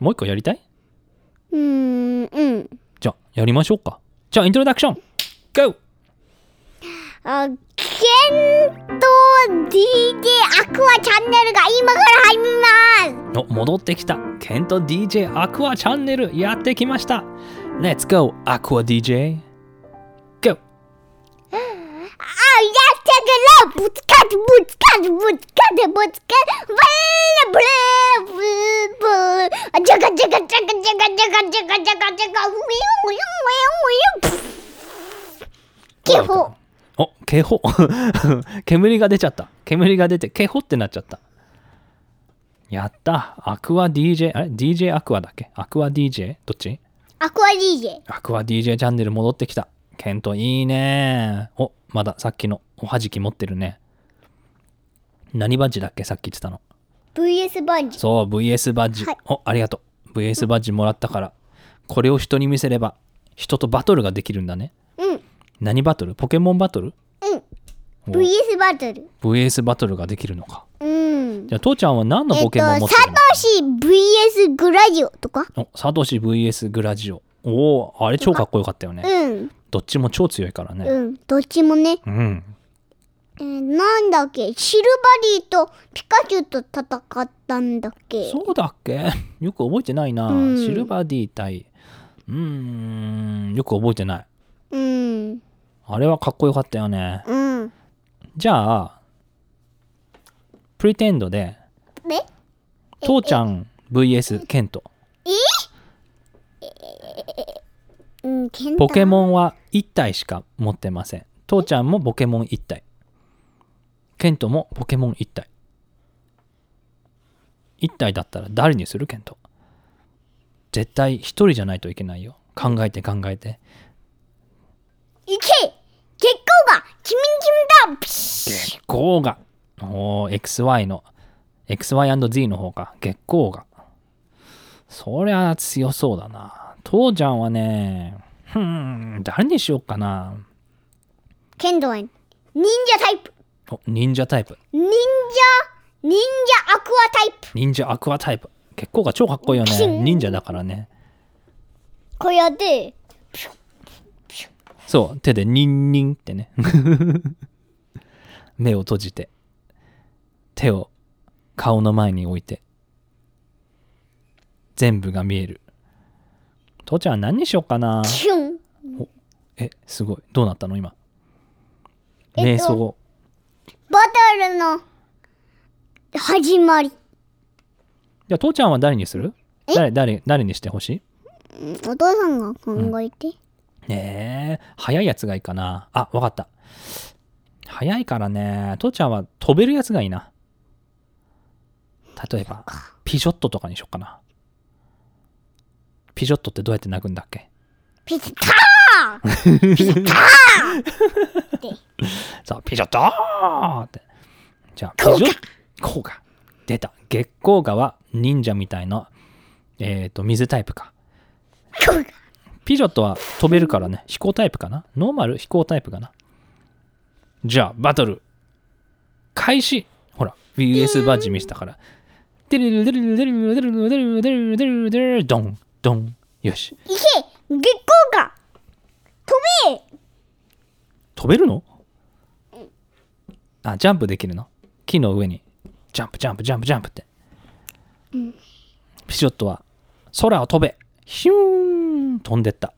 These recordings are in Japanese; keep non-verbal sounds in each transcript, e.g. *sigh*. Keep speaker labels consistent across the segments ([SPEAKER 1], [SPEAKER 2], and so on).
[SPEAKER 1] もう一個やりたいう
[SPEAKER 2] ーん、うん。
[SPEAKER 1] じゃあやりましょうかじゃあイントロダクション GO!
[SPEAKER 2] あ、ケント DJ アクアチャンネルが今から入ります
[SPEAKER 1] お戻ってきたケント DJ アクアチャンネルやってきました Let's go アクア DJ GO!
[SPEAKER 2] Ah, ya, あ、やってくれぶつかってぶつかってぶつかってぶつかってブレーブレーブレーブレーあじゃがじゃがじゃがじゃがじゃがじゃがじゃがじゃがウィンウィンウィンウィンプッ警報
[SPEAKER 1] お警報 *laughs* 煙が出ちゃった煙が出て警報ってなっちゃったやったアクア DJ あれ DJ アクアだっけアクア DJ? どっち
[SPEAKER 2] アクア DJ
[SPEAKER 1] アクア DJ チャンネル戻ってきたケントいいねおまださっきのおはじき持ってるね何バッジだっけさっき言ってたの
[SPEAKER 2] VS バージ
[SPEAKER 1] そう VS バッジ、
[SPEAKER 2] はい
[SPEAKER 1] おありがとう VS バッジもらったからこれを人に見せれば人とバトルができるんだね
[SPEAKER 2] うん
[SPEAKER 1] 何バトルポケモンバトル
[SPEAKER 2] hmm. うん VS バトル
[SPEAKER 1] VS バトルができるのか
[SPEAKER 2] うん
[SPEAKER 1] じゃあ父ちゃんは何の
[SPEAKER 2] えっ
[SPEAKER 1] ポ
[SPEAKER 2] と、
[SPEAKER 1] ケモン
[SPEAKER 2] サ
[SPEAKER 1] 持
[SPEAKER 2] ト
[SPEAKER 1] ってるの、
[SPEAKER 2] シ VS グラジオとか
[SPEAKER 1] おサトシ VS グラジオおおあれ超かっこよかったよね
[SPEAKER 2] うん、
[SPEAKER 1] どっちも超強いからね
[SPEAKER 2] うん、どっちもね。
[SPEAKER 1] うん
[SPEAKER 2] えーなんだっけシルバリーとピカチュウと戦ったんだっけ
[SPEAKER 1] そうだっけ *laughs* よく覚えてないな、
[SPEAKER 2] うん
[SPEAKER 1] シルバー D 対うーんよく覚えてない
[SPEAKER 2] うん、
[SPEAKER 1] あれはかっこよかったよね
[SPEAKER 2] うん。
[SPEAKER 1] じゃあプリテンドで
[SPEAKER 2] ね
[SPEAKER 1] 父ちゃん VS ケント
[SPEAKER 2] うん、ケンタ
[SPEAKER 1] ポケモンは1体しか持ってません父ちゃんもポケモン1体ケントもポケモン1体1体だったら誰にするケント絶対1人じゃないといけないよ考えて考えて
[SPEAKER 2] いけ月光が君に君だピシ
[SPEAKER 1] 月光が。おー XY の、XY&Z の方か。月光が。そりゃ強そうだな。父ちゃんはね、ふーん、誰にしようかな。
[SPEAKER 2] ッケントは忍者タイプ
[SPEAKER 1] お忍者タイプ。
[SPEAKER 2] 忍者忍者アクアタイプ
[SPEAKER 1] 忍者アクアタイプ。月光が超かっこいいよ
[SPEAKER 2] キュ
[SPEAKER 1] ね。
[SPEAKER 2] ン
[SPEAKER 1] 忍者だからね。
[SPEAKER 2] これやって
[SPEAKER 1] そう、手でニンニンってね。目を閉じて、手を顔の前に置いて、全部が見える。父ちゃんは何にしようかな
[SPEAKER 2] キュン
[SPEAKER 1] え、すごい。どうなったの今。
[SPEAKER 2] えっと
[SPEAKER 1] 瞑想。
[SPEAKER 2] バトルの始まり
[SPEAKER 1] じゃあ父ちゃんは誰にする誰、誰、誰にしてほしい
[SPEAKER 2] うんお父さんが考えて、
[SPEAKER 1] ねえ、早いやつがいいかな。あ、わかった。早いからね、父ちゃんは飛べるやつがいいな。例えば、ピジョットとかにしよっかな。ピジョットってどうやって鳴くんだっけ
[SPEAKER 2] ピターン
[SPEAKER 1] さあ、ピジョットーって。じゃあ、ピジョット、効果。出た。月光河は忍者みたいな、えっ、と、水タイプか。ピジョットは飛べるからね、飛行タイプかな。ノーマル飛行タイプかな。じゃあ、バトル。開始ほら、VS バッジ見せたから。デルルデルルデルルデルルデルルデルルデルルデルルドン、ドン。よし。
[SPEAKER 2] 行け月光が飛べ
[SPEAKER 1] 飛べるのあ、ジャンプできるの木の上に。ジャンプ、ジャンプ、ジャンプ、ジャンプって。ピジョットは、空を飛べヒューン飛んでった。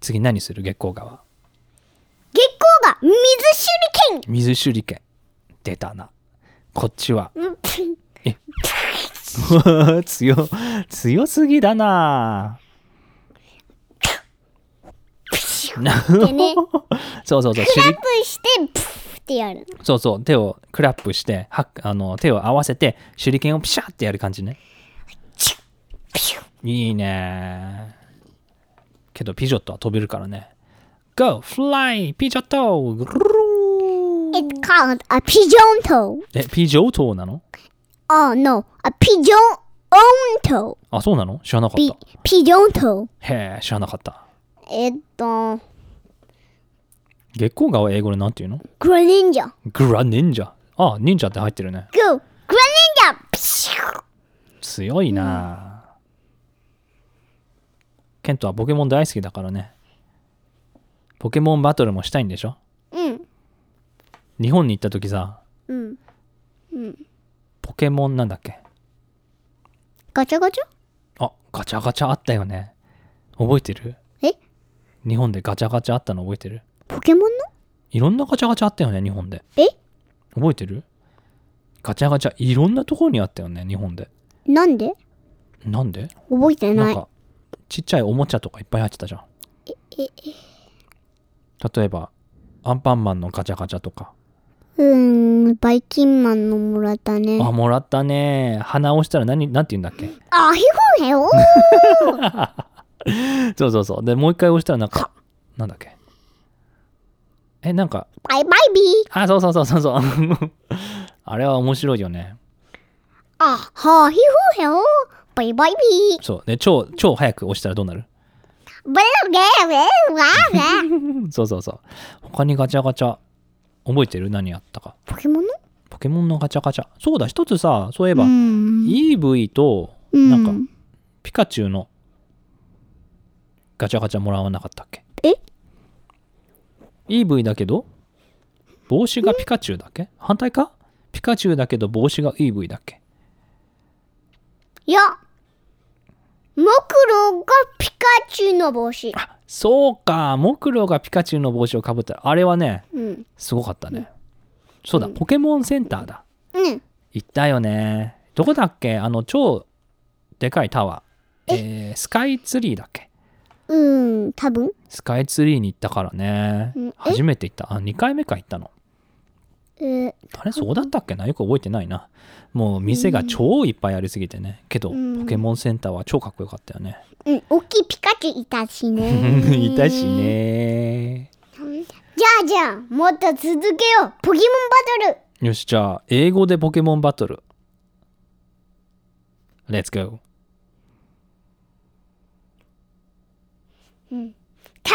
[SPEAKER 1] 次何する月光川。
[SPEAKER 2] 月光が水手裏
[SPEAKER 1] 水手裏剣出たなこっちは
[SPEAKER 2] 剣うん
[SPEAKER 1] *laughs* 強強すぎだな
[SPEAKER 2] ってねク
[SPEAKER 1] そう *laughs* そうそう手
[SPEAKER 2] ラッ
[SPEAKER 1] 裏
[SPEAKER 2] プしてプッってやる
[SPEAKER 1] そうそう手をクラップしてはあの手を合わせて手裏剣をピシャってやる感じね
[SPEAKER 2] ピシュ
[SPEAKER 1] いいねけどピジョットは飛べるからね Go fly ピジョットグルルル
[SPEAKER 2] It's called a pigeon toe
[SPEAKER 1] えピジョットなの
[SPEAKER 2] Oh no a pigeon on toe
[SPEAKER 1] あそうなの知らなか
[SPEAKER 2] P
[SPEAKER 1] っ
[SPEAKER 2] pigeon toe
[SPEAKER 1] たへえ知らなかった
[SPEAKER 2] えっと
[SPEAKER 1] 月光川は英語でなんて言うの
[SPEAKER 2] グラニンジャ
[SPEAKER 1] グラ忍者あ忍者って入ってるね
[SPEAKER 2] Go グラニンジャピシュ
[SPEAKER 1] 強いな、ケントはポケモン大好きだからねポケモンバトルもしたいんでしょ
[SPEAKER 2] うん
[SPEAKER 1] 日本に行った時さ
[SPEAKER 2] うん
[SPEAKER 1] ポケモンなんだっけ
[SPEAKER 2] ガチャガチャ
[SPEAKER 1] あガチャガチャあったよね覚えてる
[SPEAKER 2] え
[SPEAKER 1] 日本でガチャガチャあったの覚えてる
[SPEAKER 2] ポケモンの
[SPEAKER 1] いろんなガチャガチャあったよね日本で
[SPEAKER 2] え
[SPEAKER 1] 覚えてるガチャガチャいろんなところにあったよね日本で
[SPEAKER 2] なんで
[SPEAKER 1] なんで
[SPEAKER 2] 覚えて
[SPEAKER 1] な
[SPEAKER 2] なんい
[SPEAKER 1] かちっちゃいおもちゃとかいっぱい入ってたじゃん
[SPEAKER 2] ええ
[SPEAKER 1] 例えばアンパンマンのガチャガチャとか
[SPEAKER 2] うーんバイキンマンのもらったね
[SPEAKER 1] あもらったね鼻押したら何何て言うんだっけ
[SPEAKER 2] あひほへお
[SPEAKER 1] そうそうそうでもう一回押したらなんかなんだっけえなんか
[SPEAKER 2] バイバイビー
[SPEAKER 1] あそうそうそうそうそう *laughs* あれは面白いよね
[SPEAKER 2] あはひほへおバイバイビー
[SPEAKER 1] そうで超超早く押したらどうなる
[SPEAKER 2] ブレブレブレわー
[SPEAKER 1] *laughs*
[SPEAKER 2] わー
[SPEAKER 1] そうそうそう他にガチャガチャ覚えてる何やったか
[SPEAKER 2] ポケモンの
[SPEAKER 1] ポケモンのガチャガチャそうだ一つさそういえば、
[SPEAKER 2] うん、
[SPEAKER 1] EV と
[SPEAKER 2] うん
[SPEAKER 1] なんかピカチュウのガチャガチャもらわなかったっけ
[SPEAKER 2] え
[SPEAKER 1] EV だけど帽子がピカチュウだっけ反対かピカチュウだけど帽子が EV だっけ
[SPEAKER 2] いやモクロがピカチュウの帽子
[SPEAKER 1] あそうかモクロがピカチュウの帽子をかぶったあれはね
[SPEAKER 2] うん
[SPEAKER 1] すごかったねそうだポケモンセンターだ
[SPEAKER 2] うん
[SPEAKER 1] 行ったよねどこだっけあの超でかいタワーえースカイツリーだっけ
[SPEAKER 2] うん多分
[SPEAKER 1] スカイツリーに行ったからね
[SPEAKER 2] うんえ
[SPEAKER 1] 初めて行ったあ2回目か行ったの
[SPEAKER 2] えー
[SPEAKER 1] あれそうだったっけなよく覚えてないなもう店が超いっぱいありすぎてねけど
[SPEAKER 2] うん
[SPEAKER 1] ポケモンセンターは超かっこよかったよね
[SPEAKER 2] うん、大きいピカチュウいたしね。
[SPEAKER 1] *laughs* いたし。ね
[SPEAKER 2] じゃあじゃあ、もっと続けよう。ポケモンバトル。
[SPEAKER 1] よしじゃあ英語でポケモンバトル Let's go
[SPEAKER 2] 頼むぜ。ピカチ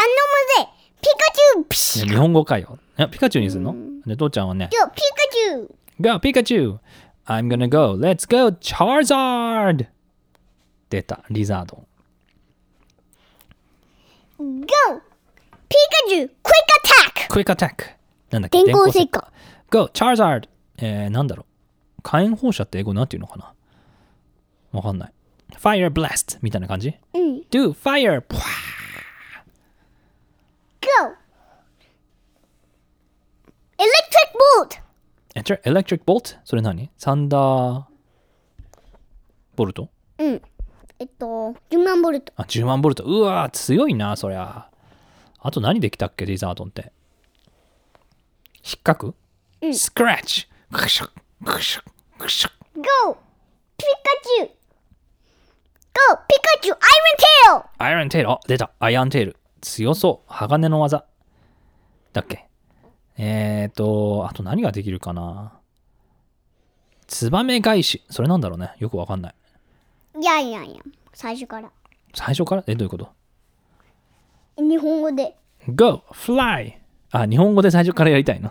[SPEAKER 2] ュウピシ
[SPEAKER 1] ね
[SPEAKER 2] ッ。
[SPEAKER 1] 日本語かよいやピカチュウにするので父ちゃんはね
[SPEAKER 2] 今日ピカチュウ。
[SPEAKER 1] Go, Pikachu! I'm gonna go! Let's go, Charizard! 出た、リザードン。
[SPEAKER 2] GO! ピカチュウ、クイックアタック
[SPEAKER 1] Quick Attack! なんだっけ
[SPEAKER 2] 電光石火。
[SPEAKER 1] Go, Charizard! えー、なんだろう。火炎放射って英語なんていうのかなわかんない。Fire Blast! みたいな感じ
[SPEAKER 2] うん。GO!
[SPEAKER 1] ?Do Fire! ぷわ
[SPEAKER 2] エレクトリックボート
[SPEAKER 1] Enter Electric Bolt? それ何サンダーボルト
[SPEAKER 2] うん。えっと、10万ボルト。
[SPEAKER 1] あ、10万ボルト。うわー、強いな、そりゃ。あと何できたっけ、リザードンって。引っかく、スクラッチクシャククシャクシャ
[SPEAKER 2] GO! ピカチュウ !GO! ピカチュウ、アイロンテール
[SPEAKER 1] アイアンテール、あ、出た。アイアンテール。強そう。鋼の技。だっけ。えーと、あと何ができるかな。ツバメ返し。それなんだろうね。よくわかんない。
[SPEAKER 2] いやいやいや、最初から。
[SPEAKER 1] 最初からえ、どういうこと
[SPEAKER 2] 日本語で。
[SPEAKER 1] ?Go! Fly! あ、日本語で最初からやりたいな。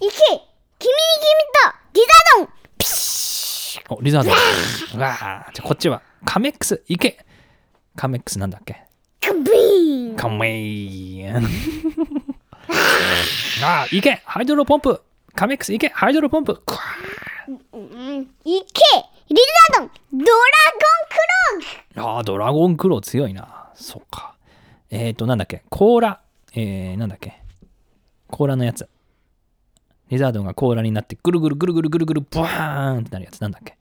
[SPEAKER 2] 行け君に決めたリザードンピシ
[SPEAKER 1] お、リザードン。うわあ、じゃあこっちは、カメックス、行けカメックスなんだっけ
[SPEAKER 2] ッカビーン
[SPEAKER 1] カメイああ、行けハイドロポンプカメックス行けハイドロポンプクワ
[SPEAKER 2] うん行けリザードンドラゴンクローク
[SPEAKER 1] ーああ、ドラゴンクロー強いな。そっか。えっ、ー、と、なんだっけ甲羅。えー、なんだっけ甲羅のやつ。リザードンが甲羅になって、ぐるぐるぐるぐるぐるぐる、ブワーンってなるやつ。なんだっけ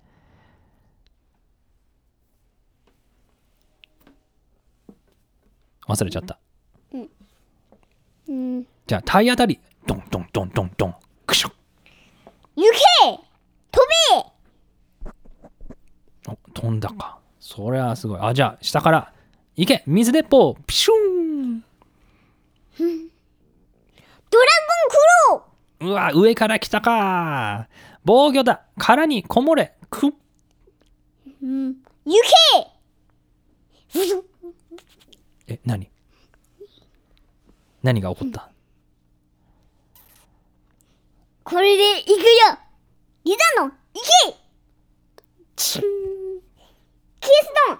[SPEAKER 1] 忘れちゃった。
[SPEAKER 2] うん
[SPEAKER 1] じゃあ体当たりドンドンドンドンドンクショ
[SPEAKER 2] 行け飛べ
[SPEAKER 1] お飛んだかそりゃすごいあじゃあ下から行け水鉄砲ピシューン
[SPEAKER 2] ドラゴンクロ
[SPEAKER 1] うわ上から来たか防御だ殻にこもれく
[SPEAKER 2] ーうん行け
[SPEAKER 1] え何何が起こった
[SPEAKER 2] これで行くよリザードン行けチン
[SPEAKER 1] 出た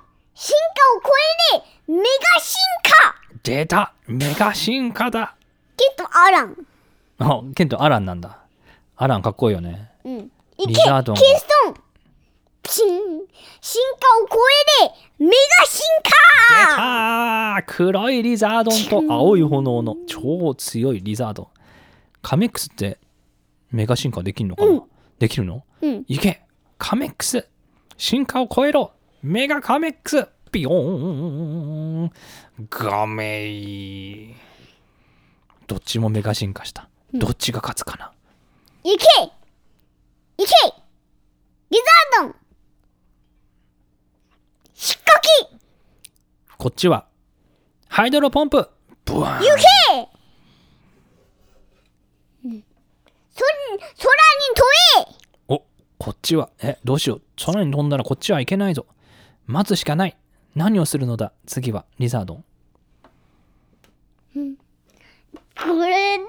[SPEAKER 1] メガ進化だ
[SPEAKER 2] きっとアラン。
[SPEAKER 1] あ、ケント、アランなんだ。アランかっこいいよね。
[SPEAKER 2] うん。いけ、
[SPEAKER 1] リ
[SPEAKER 2] キン
[SPEAKER 1] ザードンが
[SPEAKER 2] ストンピシン進化を超えでメガ進化
[SPEAKER 1] あー黒いリザードンと青い炎の超強いリザードン。カメックスってメガ進化できるのかな、できるの
[SPEAKER 2] うん。
[SPEAKER 1] いけカメックス進化を超えろメガカメックスビヨーンガメイどっちもメガ進化した。どっちが勝つかな、
[SPEAKER 2] いけいけリザードン引っかき
[SPEAKER 1] こっちはハイドロポンプブワーン
[SPEAKER 2] 行けそ空に飛べ
[SPEAKER 1] おこっちはえどうしよう空に飛んだらこっちはいけないぞ待つしかない何をするのだ次はリザードン
[SPEAKER 2] これで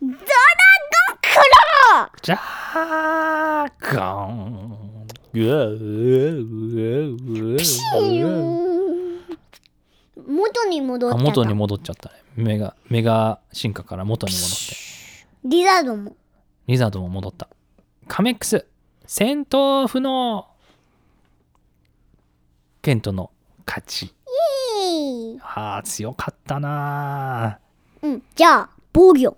[SPEAKER 2] ドラゴンクロー
[SPEAKER 1] じゃあガーンうわうわうわうわ
[SPEAKER 2] 元に戻っ
[SPEAKER 1] あ
[SPEAKER 2] ちゃっ
[SPEAKER 1] 元
[SPEAKER 2] た
[SPEAKER 1] に戻っちゃったねメガメガ進化から元に戻って
[SPEAKER 2] リザードンも
[SPEAKER 1] リザードンも戻ったカメックス戦闘不能ケントの勝ちあー強かったなー
[SPEAKER 2] うんじゃあ防御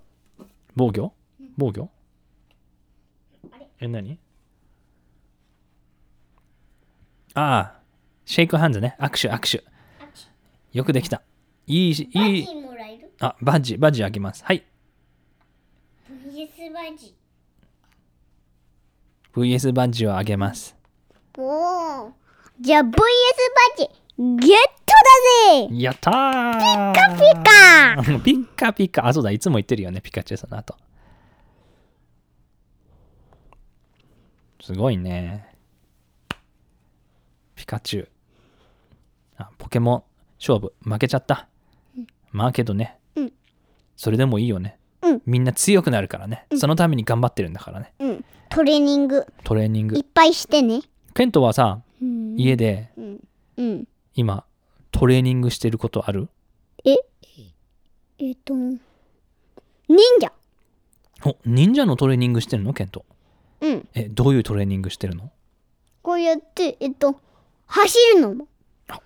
[SPEAKER 1] 防御防御え何ああシェイクハンズね握手握手よくできたいいしいい
[SPEAKER 2] もらえる
[SPEAKER 1] あバッジバッジあげますはい
[SPEAKER 2] ?VS バジ
[SPEAKER 1] VS バッジをあげます
[SPEAKER 2] おーじゃあ VS バジゲットだぜ
[SPEAKER 1] やったー
[SPEAKER 2] ピカ
[SPEAKER 1] あのピッカピカ。あ、そうだ、いつも言ってるよね、ピカチュウさんの後。すごいね。ピカチュウ。あ、ポケモン勝負、負けちゃった。まあけどね、
[SPEAKER 2] うん
[SPEAKER 1] それでもいいよね。
[SPEAKER 2] うん
[SPEAKER 1] みんな強くなるからね、そのために頑張ってるんだからね。
[SPEAKER 2] うんトレーニング
[SPEAKER 1] トレーニン
[SPEAKER 2] い
[SPEAKER 1] グ
[SPEAKER 2] っ。ぱいしてね
[SPEAKER 1] ケントはさ、
[SPEAKER 2] うん
[SPEAKER 1] 家で
[SPEAKER 2] うんうん
[SPEAKER 1] 今、トレーニングしてることある
[SPEAKER 2] ええっと忍者
[SPEAKER 1] お、忍者のトレーニングしてるのケント。
[SPEAKER 2] うん
[SPEAKER 1] え、どういうトレーニングしてるの
[SPEAKER 2] こうやってえっと走るのもハーモ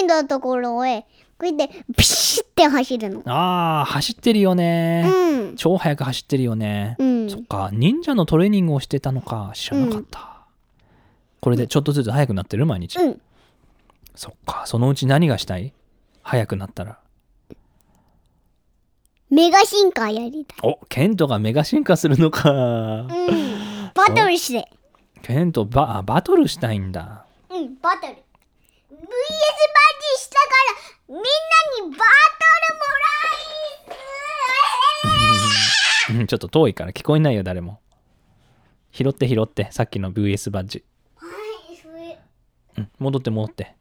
[SPEAKER 2] ニーのところへこうやってピシッて走るの
[SPEAKER 1] ああ、走ってるよ
[SPEAKER 2] う
[SPEAKER 1] ね、
[SPEAKER 2] ん
[SPEAKER 1] 超速く走ってるよね。
[SPEAKER 2] うん
[SPEAKER 1] そっか、忍者のトレーニングをしてたのか、知らなかった。これでちょっとずつ速くなってる毎日、
[SPEAKER 2] うん
[SPEAKER 1] そっか、そのうち何がしたい速くなったら。
[SPEAKER 2] メガ進化やりたい
[SPEAKER 1] お、ケントがメガ進化するのか。
[SPEAKER 2] うんバトルして
[SPEAKER 1] ケントバ、あバトルしたいんだ。
[SPEAKER 2] うん、バトル。VS バディしたから、みんなにバトルもらい
[SPEAKER 1] うんちょっと遠いから聞こえないよ、誰も。拾って拾って、さっきの VS バッジ。
[SPEAKER 2] はい、それ。
[SPEAKER 1] うん、戻って戻って。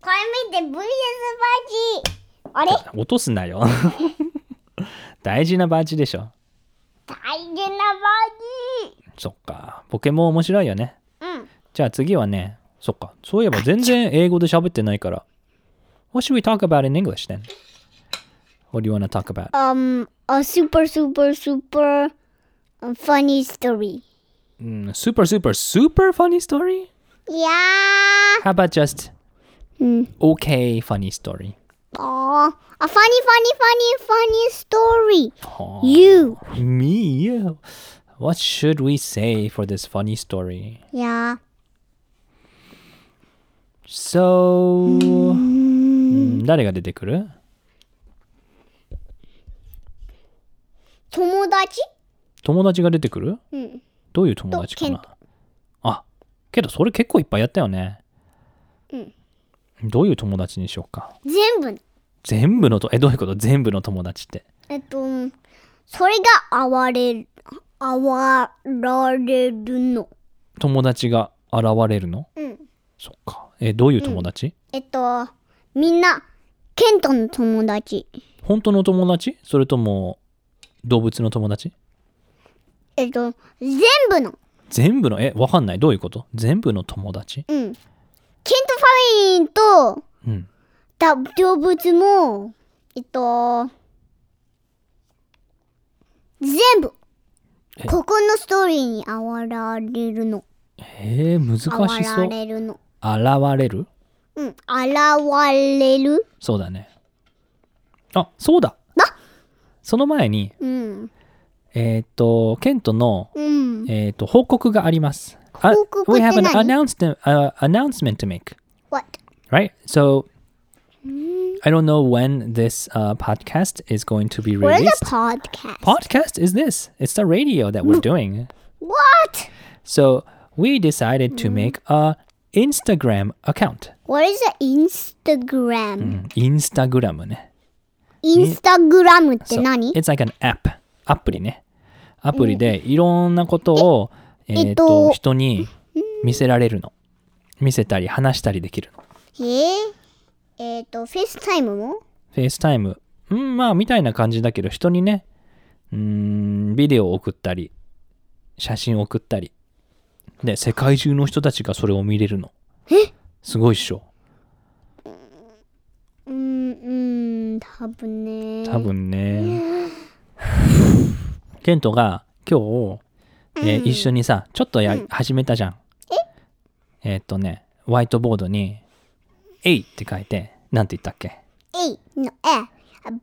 [SPEAKER 2] これ見て、VS バディ。あれ
[SPEAKER 1] 落とすなよ。 *laughs* 大事なバッジでしょ。
[SPEAKER 2] 大事な
[SPEAKER 1] そっか。ポケモン面白いよね。
[SPEAKER 2] バディ。うん。
[SPEAKER 1] じゃあ次はね、そっか。そういえば全然英語で喋ってないから。What should we talk about in English then? What do you want to talk about?
[SPEAKER 2] Um, a super, super, super um, funny story.
[SPEAKER 1] うん、super, super, super funny story?
[SPEAKER 2] いやー。
[SPEAKER 1] How about just
[SPEAKER 2] うん。
[SPEAKER 1] okay funny story?
[SPEAKER 2] あー。A funny, funny, funny, funny story.
[SPEAKER 1] はあ
[SPEAKER 2] You.
[SPEAKER 1] Me, you. What should we say for this funny story?
[SPEAKER 2] いや
[SPEAKER 1] So. うん誰が出てくる
[SPEAKER 2] ー。友達
[SPEAKER 1] 友達が出てくる
[SPEAKER 2] うん。
[SPEAKER 1] どういう友達かなあけどそれ結構いっぱいやったよね
[SPEAKER 2] うん
[SPEAKER 1] どういう友達にしようか
[SPEAKER 2] 全部
[SPEAKER 1] 全部のとえどういうこと全部の友達って
[SPEAKER 2] えっと、それが哀れる、哀られるの。
[SPEAKER 1] 友達が現れるの
[SPEAKER 2] うん。
[SPEAKER 1] そっかえどういう友達、
[SPEAKER 2] えっと、みんな、ケントの友達。
[SPEAKER 1] 本当の友達それとも動物の友達
[SPEAKER 2] えっと、全部の。
[SPEAKER 1] 全部のえわかんないどういうこと全部の友達
[SPEAKER 2] うん。ケントファミリーと、
[SPEAKER 1] うん
[SPEAKER 2] た動物も、えっと、全部
[SPEAKER 1] え、
[SPEAKER 2] ここのストーリーに現れるの。
[SPEAKER 1] えー、難し
[SPEAKER 2] 現
[SPEAKER 1] そう。現
[SPEAKER 2] れるの。
[SPEAKER 1] れる
[SPEAKER 2] うん、現れる
[SPEAKER 1] そうだね。あ、そうだ。
[SPEAKER 2] な
[SPEAKER 1] その前に、
[SPEAKER 2] うん。
[SPEAKER 1] えーっと、ケントの、
[SPEAKER 2] うん。
[SPEAKER 1] えーっと、報告があります。あ
[SPEAKER 2] 報告
[SPEAKER 1] We
[SPEAKER 2] っ
[SPEAKER 1] have
[SPEAKER 2] て
[SPEAKER 1] an
[SPEAKER 2] 何
[SPEAKER 1] announcement,、uh, announcement to make.
[SPEAKER 2] What?
[SPEAKER 1] Right? So, I don't know when this uh, podcast is going to be
[SPEAKER 2] What is
[SPEAKER 1] released.
[SPEAKER 2] a podcast?
[SPEAKER 1] Podcast is this. It's the radio that we're doing.
[SPEAKER 2] What?
[SPEAKER 1] So we decided to make a Instagram account.
[SPEAKER 2] What is a Instagram?
[SPEAKER 1] インスタグラムね。
[SPEAKER 2] Instagram って
[SPEAKER 1] So,
[SPEAKER 2] 何
[SPEAKER 1] It's like an app. アプリね。アプリでいろんなことを、え
[SPEAKER 2] え
[SPEAKER 1] ー
[SPEAKER 2] えっ
[SPEAKER 1] と
[SPEAKER 2] と
[SPEAKER 1] 人に見せられるの。見せたり話したりできるの。
[SPEAKER 2] えー、えっ、と、FaceTime も
[SPEAKER 1] FaceTime。うん、まあみたいな感じだけど人にね、うーん、ビデオを送ったり、写真を送ったり。で、世界中の人たちがそれを見れるの。
[SPEAKER 2] え
[SPEAKER 1] すごいっしょ。
[SPEAKER 2] うーん、うん、多分ね。
[SPEAKER 1] 多分ね。ケントが今日、えー一緒にさ、ちょっとや、始めたじゃん。えーっとね、ホワイトボードに、えいって書いて、なんて言ったっけ
[SPEAKER 2] えいのえ、あ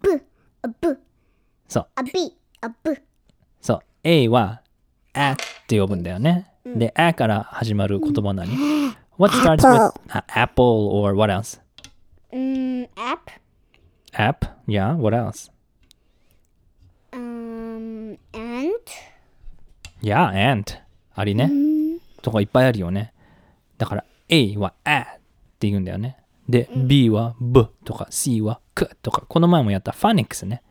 [SPEAKER 2] ぶ、あぶ、
[SPEAKER 1] そう、
[SPEAKER 2] あび、あぶ。
[SPEAKER 1] そう、えいは、あって呼ぶんだよね。で、あから始まる言葉何、?What starts with a- apple or what else?
[SPEAKER 2] うーん、アップ。
[SPEAKER 1] App? Yeah, what else?
[SPEAKER 2] うーん、and?
[SPEAKER 1] Yeah, and ありね。とかいっぱいあるよね。だから A は A って言うんだよね。で、B は B とか C は K とか、この前もやったファニックスね。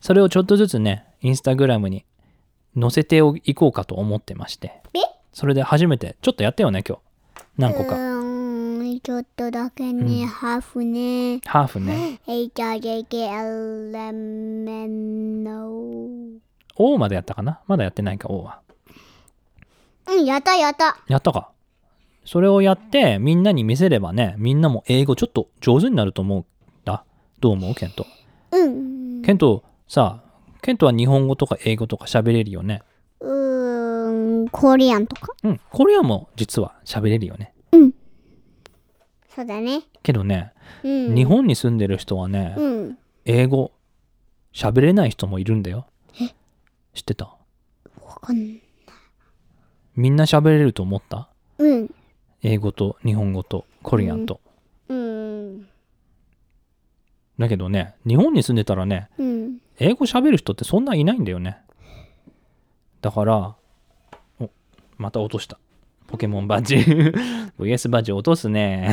[SPEAKER 1] それをちょっとずつね、インスタグラムに載せていこうかと思ってまして。
[SPEAKER 2] え
[SPEAKER 1] それで初めて、ちょっとやったよね、今日。何個
[SPEAKER 2] う
[SPEAKER 1] か。
[SPEAKER 2] ーん、ちょっとだけね、ハーフね。
[SPEAKER 1] ハーフね。
[SPEAKER 2] HRJKLMNO。
[SPEAKER 1] O までやったかなまだやってないか、O は。
[SPEAKER 2] うん、やったやった。
[SPEAKER 1] やったか。それをやって、みんなに見せればね、みんなも英語ちょっと上手になると思うんだ。どう思う、ケント。
[SPEAKER 2] うん。
[SPEAKER 1] ケントさケントは日本語とか英語とか喋れるよね
[SPEAKER 2] うーん、コリアンとか。
[SPEAKER 1] うんコリアも実は喋れるよね
[SPEAKER 2] そうだね。
[SPEAKER 1] けどね、
[SPEAKER 2] うん。
[SPEAKER 1] 日本に住んでる人はね、
[SPEAKER 2] うん。
[SPEAKER 1] 英語喋れない人もいるんだよ知ってた
[SPEAKER 2] わかんない。
[SPEAKER 1] みんな喋れると思った
[SPEAKER 2] うん。
[SPEAKER 1] 英語と日本語とコリアンと、
[SPEAKER 2] うん。
[SPEAKER 1] だけどね日本に住んでたらね
[SPEAKER 2] うん。
[SPEAKER 1] 英語喋る人ってそんないないんだよねだからおまた落としたポケモンバッジ *laughs* VS バッジ落とすね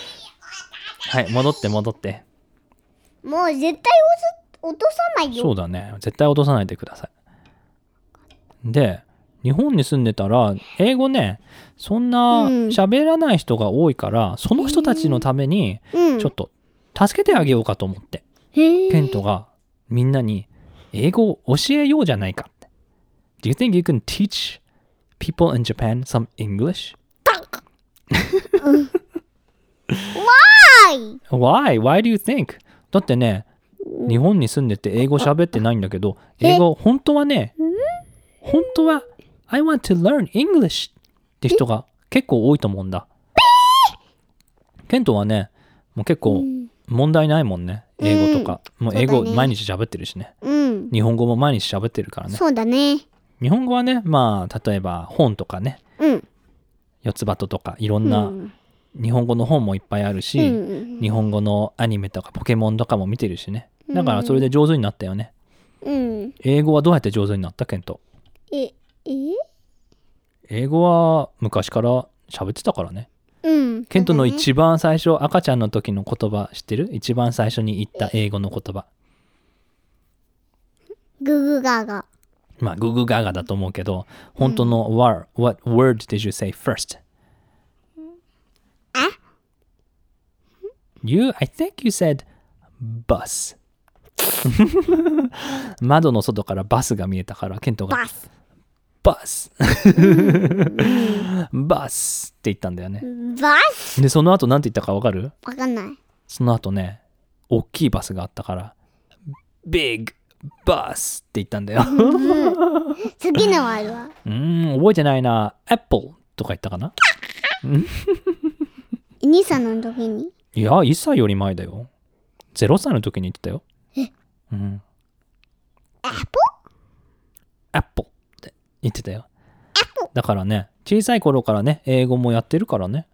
[SPEAKER 1] *laughs* はい戻って戻って
[SPEAKER 2] もう絶対落と落とさないよ。
[SPEAKER 1] そうだね絶対落とさないでくださいで日本に住んでたら英語ねそんな
[SPEAKER 2] うん
[SPEAKER 1] 喋らない人が多いからその人たちのために
[SPEAKER 2] うん。
[SPEAKER 1] ちょっと助けてあげようかと思って
[SPEAKER 2] へえ。
[SPEAKER 1] ケントがみんなに英語を教えようじゃないかって。Do you think you can teach people in Japan some English?
[SPEAKER 2] バンク。Why?
[SPEAKER 1] Why? Why do you think? だってね、日本に住んでて英語喋ってないんだけど、
[SPEAKER 2] え
[SPEAKER 1] 英語本当はね、本当は I want to learn English って人が結構多いと思うんだ。ケントはね、もう結構問題ないもんね、英語とか。もう英
[SPEAKER 2] そ
[SPEAKER 1] 語
[SPEAKER 2] うだね
[SPEAKER 1] 毎日喋ってるしね。
[SPEAKER 2] うん。
[SPEAKER 1] 日本語も毎日喋ってるからね。
[SPEAKER 2] そうだね。
[SPEAKER 1] 日本語はねまあ例えば本とかね
[SPEAKER 2] うん。
[SPEAKER 1] 四つ葉ととかいろ
[SPEAKER 2] うん
[SPEAKER 1] な日本語の本もいっぱいあるし、
[SPEAKER 2] うん。
[SPEAKER 1] 日本語のアニメとかポケモンとかも見てるしねだからそれで上手になったよね、
[SPEAKER 2] うん。
[SPEAKER 1] 英語はどうやって上手になったケント
[SPEAKER 2] え、え
[SPEAKER 1] 英語は昔から喋ってたからね
[SPEAKER 2] うん。
[SPEAKER 1] ケントの
[SPEAKER 2] そうだね
[SPEAKER 1] 一番最初赤ちゃんの時の言葉知ってる一番最初に言った英語の言葉
[SPEAKER 2] ググガガ。
[SPEAKER 1] まあググガガだと思うけど本当の word、What word did you say first?
[SPEAKER 2] あ
[SPEAKER 1] You, I think you said bus. *laughs* 窓の外からバスが見えたから、ケントが
[SPEAKER 2] バス。
[SPEAKER 1] バス *laughs* バスって言ったんだよね。
[SPEAKER 2] バス
[SPEAKER 1] で、その後なんて言ったかわかる
[SPEAKER 2] わかんない。
[SPEAKER 1] その後ね、大きいバスがあったから、Big Bus って言ったんだよ。
[SPEAKER 2] 好きなワードは
[SPEAKER 1] うーん、覚えてないな。Apple とか言ったかな
[SPEAKER 2] 2歳の時に
[SPEAKER 1] いや、1歳より前だよ。0歳の時に言ってたよ。うん。
[SPEAKER 2] アポ
[SPEAKER 1] Apple って言ってたよ。だからね、小さい頃からね、英語もやってるからね。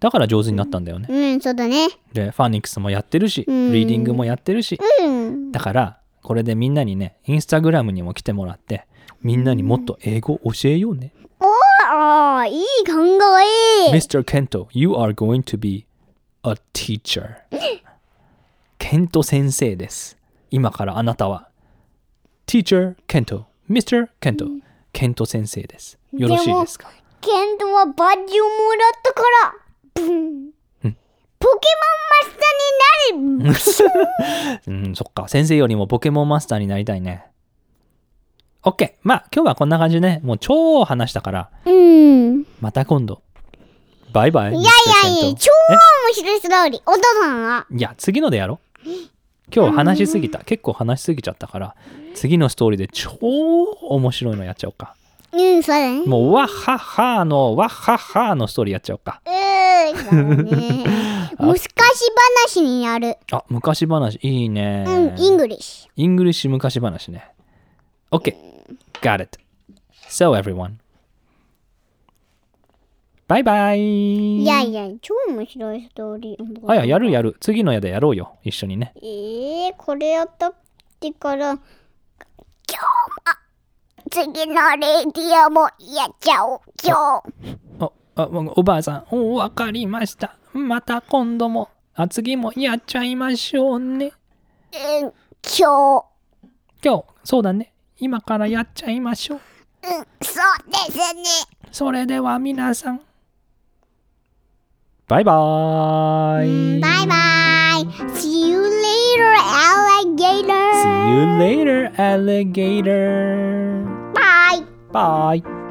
[SPEAKER 1] だから上手になったんだよね。
[SPEAKER 2] うんそうだね
[SPEAKER 1] で、ファニックスもやってるし、リ
[SPEAKER 2] ん
[SPEAKER 1] ーディングもやってるし。
[SPEAKER 2] うん
[SPEAKER 1] だから、これでみんなにね、インスタグラムにも来てもらって、みんなにもっと英語を教えようね。
[SPEAKER 2] ああいい考え
[SPEAKER 1] Mr. Kento, you are going to be a teacher. *gasps* ケント先生です。今からあなたは Teacher Kento, Mr. Kento, ケント先生です。よろしいですか
[SPEAKER 2] ケントはバッジをもらったからブンポケモンマスターになる
[SPEAKER 1] *laughs* うん、そっか。先生よりもポケモンマスターになりたいね。OK。まあ今日はこんな感じね。もう超話したから、
[SPEAKER 2] うん
[SPEAKER 1] また今度。バイバイ。い
[SPEAKER 2] いやいやいや超面白いストーリーお父さんはい
[SPEAKER 1] や、次のでやろう。今日話しすぎた。結構話しすぎちゃったから、次のストーリーで超面白いのやっちゃおうか。
[SPEAKER 2] うんそうだね
[SPEAKER 1] もう、わっはっはーの、わっはっはーのストーリーやっちゃおうか。
[SPEAKER 2] うーそう
[SPEAKER 1] *laughs*
[SPEAKER 2] だね難し話になる
[SPEAKER 1] あ、昔話、いいね。
[SPEAKER 2] うんイングリッシュ
[SPEAKER 1] イングリッシュ昔話ね。OK。Got it. So, everyone. バイバイ。
[SPEAKER 2] いやいや超面白いストーリー
[SPEAKER 1] あいや、やるやる。次のやでやろうよ。一緒にね。
[SPEAKER 2] えー、これやったってから今日も次のレディオもやっちゃおう今日
[SPEAKER 1] おあおばあさん、おわかりました。また今度も、あ次もやっちゃいましょうね。
[SPEAKER 2] うん今
[SPEAKER 1] 今日、そうだね。今からやっちゃいましょう。
[SPEAKER 2] 日うんそうですね
[SPEAKER 1] それでは皆さん。バイバーイ。
[SPEAKER 2] バイバイ See you later alligator
[SPEAKER 1] See you later, alligator.
[SPEAKER 2] Bye
[SPEAKER 1] Bye.